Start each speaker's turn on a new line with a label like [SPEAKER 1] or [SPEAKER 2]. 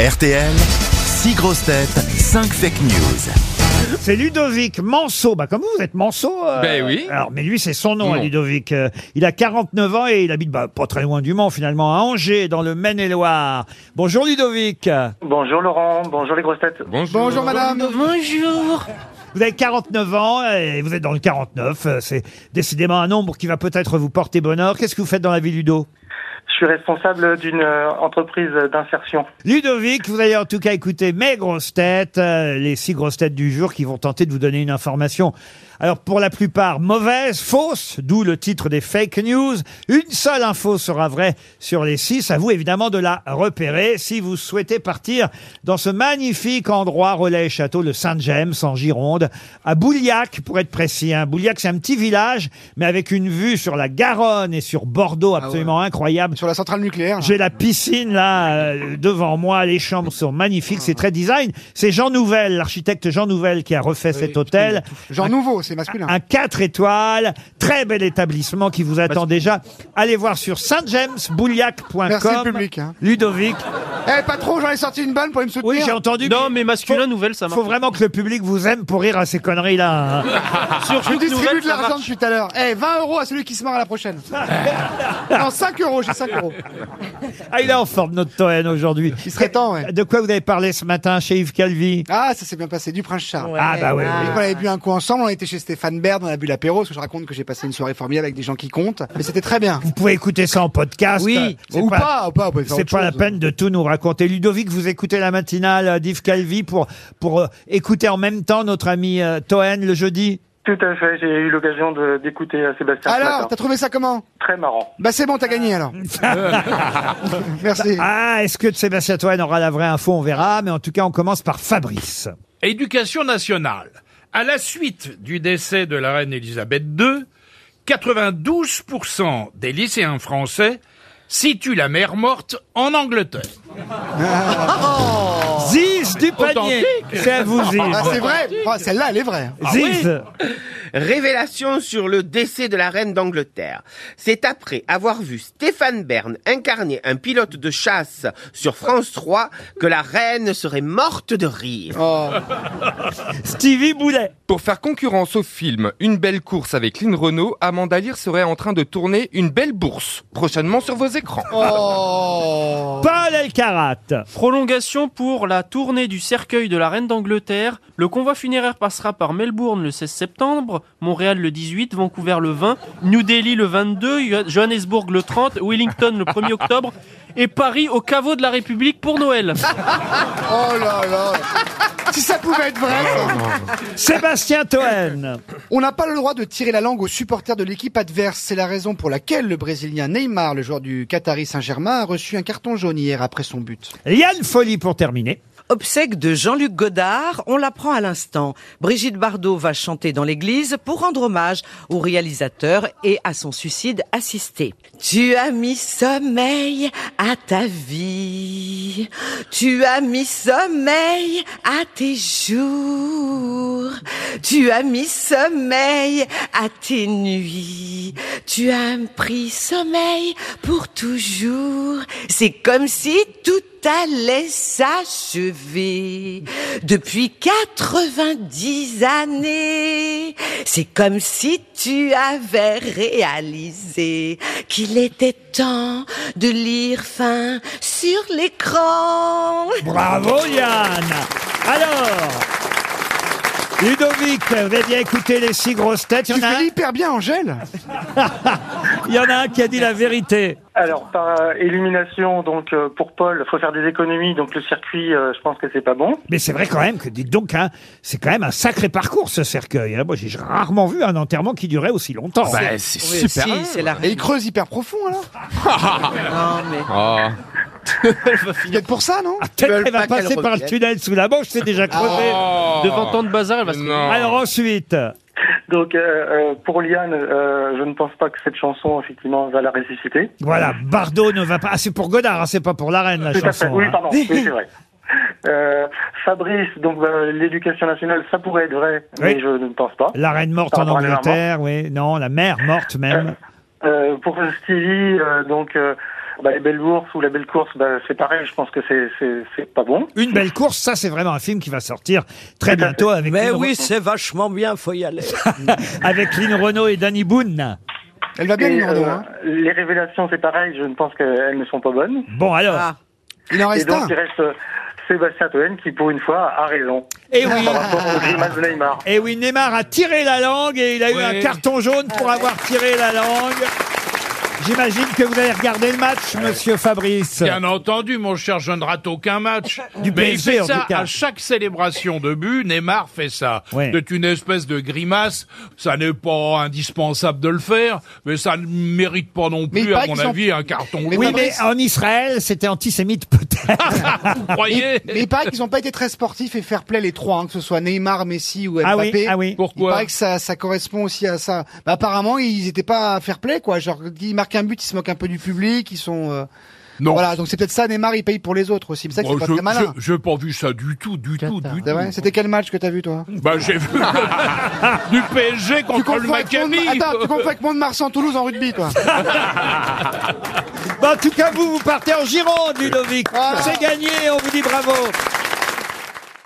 [SPEAKER 1] RTL, 6 grosses têtes, 5 fake news.
[SPEAKER 2] C'est Ludovic Manceau. Bah, comme vous, vous êtes Manceau. euh,
[SPEAKER 3] Ben oui.
[SPEAKER 2] Alors, mais lui, c'est son nom,
[SPEAKER 3] Mon.
[SPEAKER 2] hein, Ludovic. Euh, il a 49 ans et il habite bah, pas très loin du Mans, finalement, à Angers, dans le Maine-et-Loire. Bonjour, Ludovic.
[SPEAKER 4] Bonjour Laurent, bonjour les grosses têtes.
[SPEAKER 3] Bonjour.
[SPEAKER 2] madame.
[SPEAKER 5] Bonjour.
[SPEAKER 2] Vous avez 49 ans et vous êtes dans le 49. Euh, C'est décidément un nombre qui va peut-être vous porter bonheur. Qu'est-ce que vous faites dans la vie, Ludo
[SPEAKER 4] Je suis responsable d'une euh, entreprise d'insertion.
[SPEAKER 2] Ludovic, vous allez en tout cas écouter mes grosses têtes, euh, les six grosses têtes du jour qui vont tenter de vous donner une information. Alors pour la plupart mauvaise, fausse, d'où le titre des fake news. Une seule info sera vraie sur les six. À vous évidemment de la repérer si vous souhaitez partir dans ce magnifique endroit relais et château, le Saint-James en Gironde, à Bouliac pour être précis. hein. Bouliac c'est un petit village mais avec une vue sur la Garonne et sur Bordeaux absolument incroyable.
[SPEAKER 6] Sur la centrale nucléaire.
[SPEAKER 2] J'ai la piscine là euh, devant moi, les chambres sont magnifiques, c'est très design. C'est Jean Nouvel, l'architecte Jean Nouvel qui a refait cet hôtel.
[SPEAKER 6] Genre nouveau, c'est masculin.
[SPEAKER 2] Un 4 étoiles, très bel établissement qui vous attend déjà. Allez voir sur saintjamesbouliac.com.
[SPEAKER 6] Merci le public, hein.
[SPEAKER 2] Ludovic.
[SPEAKER 6] Eh, pas trop, j'en ai sorti une bonne pour me soutenir.
[SPEAKER 2] Oui, j'ai entendu.
[SPEAKER 7] Non, mais masculin,
[SPEAKER 2] faut-
[SPEAKER 7] nouvelle, ça marche.
[SPEAKER 2] Faut vraiment que le public vous aime pour rire à ces conneries là. hein.
[SPEAKER 7] Surtout
[SPEAKER 6] Je
[SPEAKER 7] que
[SPEAKER 6] distribue
[SPEAKER 7] nouvelle,
[SPEAKER 6] de
[SPEAKER 7] ça
[SPEAKER 6] l'argent
[SPEAKER 7] marche.
[SPEAKER 6] depuis tout à l'heure. Eh, 20 euros à celui qui se marre à la prochaine. non, 5 euros, j'ai 5 euros.
[SPEAKER 2] Ah, il est en forme notre Toen aujourd'hui.
[SPEAKER 6] Il serait temps, ouais.
[SPEAKER 2] De quoi vous avez parlé ce matin chez Yves Calvi
[SPEAKER 6] Ah, ça s'est bien passé, du prince Charles.
[SPEAKER 2] Ah bah ouais.
[SPEAKER 6] Et qu'on avait bu un coup ensemble, on était chez Stéphane Baird, on a bu l'apéro, parce que je raconte que j'ai passé une soirée formidable avec des gens qui comptent. Mais c'était très bien.
[SPEAKER 2] Vous pouvez écouter ça en podcast.
[SPEAKER 6] Oui,
[SPEAKER 2] C'est
[SPEAKER 6] ou pas, ou pas, on peut faire
[SPEAKER 2] C'est
[SPEAKER 6] autre
[SPEAKER 2] pas la
[SPEAKER 6] chose.
[SPEAKER 2] peine de tout nous raconter. Ludovic, vous écoutez la matinale euh, d'Yves Calvi pour, pour euh, écouter en même temps notre ami euh, Toen le jeudi.
[SPEAKER 4] Tout à fait, j'ai eu l'occasion de- d'écouter euh, Sébastien ce
[SPEAKER 6] Alors,
[SPEAKER 4] matin.
[SPEAKER 6] t'as trouvé ça comment
[SPEAKER 4] Très marrant.
[SPEAKER 6] Bah c'est bon, t'as gagné alors. Merci.
[SPEAKER 2] Ah, est-ce que Sébastien Toen aura la vraie info On verra. Mais en tout cas, on commence par Fabrice.
[SPEAKER 8] Éducation nationale. À la suite du décès de la reine Elisabeth II, 92% des lycéens français situent la mère morte en Angleterre.
[SPEAKER 2] Ziz du panier. C'est à vous, Ziz.
[SPEAKER 6] Ah, c'est vrai. Ah, Celle-là, elle est vraie.
[SPEAKER 2] Ziz.
[SPEAKER 9] Révélation sur le décès de la reine d'Angleterre. C'est après avoir vu Stéphane Bern incarner un pilote de chasse sur France 3 que la reine serait morte de rire.
[SPEAKER 6] Oh.
[SPEAKER 2] Stevie Boulet.
[SPEAKER 3] Pour faire concurrence au film Une belle course avec Lynn Renault, Amanda Lear serait en train de tourner Une belle bourse, prochainement sur vos écrans.
[SPEAKER 6] Oh.
[SPEAKER 2] Paul Elkarat.
[SPEAKER 7] Prolongation pour la tournée du cercueil de la reine d'Angleterre. Le convoi funéraire passera par Melbourne le 16 septembre, Montréal le 18, Vancouver le 20, New Delhi le 22, Yo- Johannesburg le 30, Wellington le 1er octobre et Paris au caveau de la République pour Noël.
[SPEAKER 6] Oh là là Si ça pouvait être vrai, ça.
[SPEAKER 2] Sébastien Toen.
[SPEAKER 6] On n'a pas le droit de tirer la langue aux supporters de l'équipe adverse. C'est la raison pour laquelle le Brésilien Neymar, le joueur du Qatari Saint-Germain, a reçu un carton jaune hier après son but.
[SPEAKER 2] Yann Folie pour terminer.
[SPEAKER 5] Obsèque de Jean-Luc Godard, on l'apprend à l'instant. Brigitte Bardot va chanter dans l'église pour rendre hommage au réalisateur et à son suicide assisté. Tu as mis sommeil à ta vie, tu as mis sommeil à tes jours, tu as mis sommeil à tes nuits, tu as pris sommeil pour toujours. C'est comme si tout allait s'achever depuis 90 années. C'est comme si tu avais réalisé qu'il était temps de lire fin sur l'écran.
[SPEAKER 2] Bravo Yann Alors Ludovic, vous avez bien écouté les six grosses têtes. Il
[SPEAKER 6] Tu
[SPEAKER 2] y, en a
[SPEAKER 6] fais
[SPEAKER 2] un, Ah,
[SPEAKER 6] hyper bien, Angèle
[SPEAKER 2] il y en a un qui a dit la vérité.
[SPEAKER 4] Alors par euh, élimination, donc euh, pour Paul, faut faire des économies, donc le circuit, euh, je pense que c'est pas bon.
[SPEAKER 2] Mais c'est vrai quand même que, dites donc, hein, c'est quand même un sacré parcours ce cercueil. hein. Moi, j'ai rarement vu un enterrement qui durait aussi longtemps.
[SPEAKER 3] Bah, c'est
[SPEAKER 5] Oui,
[SPEAKER 3] super.
[SPEAKER 5] si, c'est la
[SPEAKER 6] Et il creuse hyper profond, alors
[SPEAKER 5] Non, mais-
[SPEAKER 3] Ah.
[SPEAKER 6] Peut-être pour ça, non
[SPEAKER 2] Peut-être
[SPEAKER 9] veulent
[SPEAKER 2] qu'elle va
[SPEAKER 9] pas qu'elle
[SPEAKER 2] passer par le
[SPEAKER 9] revienne.
[SPEAKER 2] tunnel sous la Manche, c'est déjà crevé.
[SPEAKER 4] Oh.
[SPEAKER 8] Oh.
[SPEAKER 7] Devant tant de bazar, elle va se
[SPEAKER 3] Non.
[SPEAKER 2] Alors ensuite,
[SPEAKER 4] Donc euh, euh, pour Liane, euh, je ne pense pas que cette chanson effectivement va la ressusciter.
[SPEAKER 2] voilà, Bardot ne va pas... Ah, c'est pour Godard, hein, c'est pas pour la reine la
[SPEAKER 4] Tout à fait.
[SPEAKER 2] chanson.
[SPEAKER 4] Oui,
[SPEAKER 2] hein.
[SPEAKER 4] pardon. Oui, c'est vrai. Euh, Fabrice, donc bah, l'éducation nationale, ça pourrait être vrai, mais je ne pense pas.
[SPEAKER 2] La reine morte
[SPEAKER 4] Pardon,
[SPEAKER 2] en
[SPEAKER 4] la mère
[SPEAKER 2] Angleterre, oui. Non, la mère morte même.
[SPEAKER 4] Euh, pour Stevie, euh, donc euh, bah, les belles bourses ou la belle course, bah, c'est pareil, je pense que c'est- c'est c'est pas bon.
[SPEAKER 2] Une belle course, ça c'est vraiment un film qui va sortir très bientôt avec
[SPEAKER 5] Mais
[SPEAKER 2] Lynn
[SPEAKER 5] oui,
[SPEAKER 2] Re-
[SPEAKER 5] c'est vachement bien, faut y aller.
[SPEAKER 2] avec Lynn Renault et Danny Boone.
[SPEAKER 6] Elle va bien,
[SPEAKER 4] Et,
[SPEAKER 6] Lynn Renaud,
[SPEAKER 4] euh,
[SPEAKER 6] hein.
[SPEAKER 4] Les révélations, c'est pareil, je ne pense qu'elles ne sont pas bonnes.
[SPEAKER 2] Bon alors,
[SPEAKER 5] Ah.
[SPEAKER 6] Il en
[SPEAKER 4] Et
[SPEAKER 6] reste
[SPEAKER 4] donc,
[SPEAKER 6] un.
[SPEAKER 4] il reste euh, Sébastien Toen qui, pour une fois, a raison
[SPEAKER 2] et Eh oui,
[SPEAKER 4] par rapport au grimace de Neymar.
[SPEAKER 2] et oui, Neymar a tiré la langue et il a eu
[SPEAKER 7] Ouais.
[SPEAKER 2] un carton jaune pour avoir tiré la langue. J'imagine que vous avez regardé le match, Monsieur Fabrice.
[SPEAKER 8] Bien entendu, mon cher, je ne rate aucun match.
[SPEAKER 2] Du
[SPEAKER 8] mais
[SPEAKER 2] PSG,
[SPEAKER 8] il fait
[SPEAKER 2] en
[SPEAKER 8] ça
[SPEAKER 2] tout cas.
[SPEAKER 8] à chaque célébration de but. Neymar fait ça.
[SPEAKER 2] Ouais.
[SPEAKER 8] C'est une espèce de grimace. Ça n'est pas indispensable de le faire, mais ça ne mérite pas non
[SPEAKER 6] Mais il
[SPEAKER 8] plus, à
[SPEAKER 6] paraît
[SPEAKER 8] mon
[SPEAKER 6] qu'ils ont-
[SPEAKER 8] avis, un carton rouge.
[SPEAKER 6] Mais
[SPEAKER 2] Oui, mais
[SPEAKER 6] Fabrice- Ah.
[SPEAKER 2] en Israël, c'était antisémite peut-être.
[SPEAKER 8] Vous croyez
[SPEAKER 6] Mais il paraît qu'ils n'ont pas été très sportifs et fair-play les trois, hein, que ce soit Neymar, Messi ou
[SPEAKER 2] Ah oui,
[SPEAKER 6] Mbappé.
[SPEAKER 2] ah oui.
[SPEAKER 8] Pourquoi
[SPEAKER 6] Il paraît que ça, ça correspond aussi à ça. Bah, apparemment, ils n'étaient pas fair-play, quoi. Genre, ils marquent un but, ils se moquent un peu du public, ils sont. euh,
[SPEAKER 8] Non.
[SPEAKER 6] Voilà, donc c'est peut-être ça. Neymar, il paye pour les autres aussi. Mais ça, que
[SPEAKER 8] Moi,
[SPEAKER 6] c'est pas
[SPEAKER 8] je,
[SPEAKER 6] très malin.
[SPEAKER 8] je- j'ai pas vu ça du tout, du tout, du
[SPEAKER 6] C'est
[SPEAKER 8] tout.
[SPEAKER 6] vrai C'était quel match que t'as vu, toi
[SPEAKER 8] Bah, j'ai vu du PSG
[SPEAKER 6] Tu
[SPEAKER 8] contre le
[SPEAKER 6] confonds avec Mont-
[SPEAKER 8] Maccabi.
[SPEAKER 6] Attends, tu confonds avec Mont-de-Marsan-Toulouse en rugby, toi.
[SPEAKER 2] Bon, en tout cas, vous, vous partez en Gironde, Ludovic.
[SPEAKER 6] Ah.
[SPEAKER 2] C'est gagné, on vous dit bravo.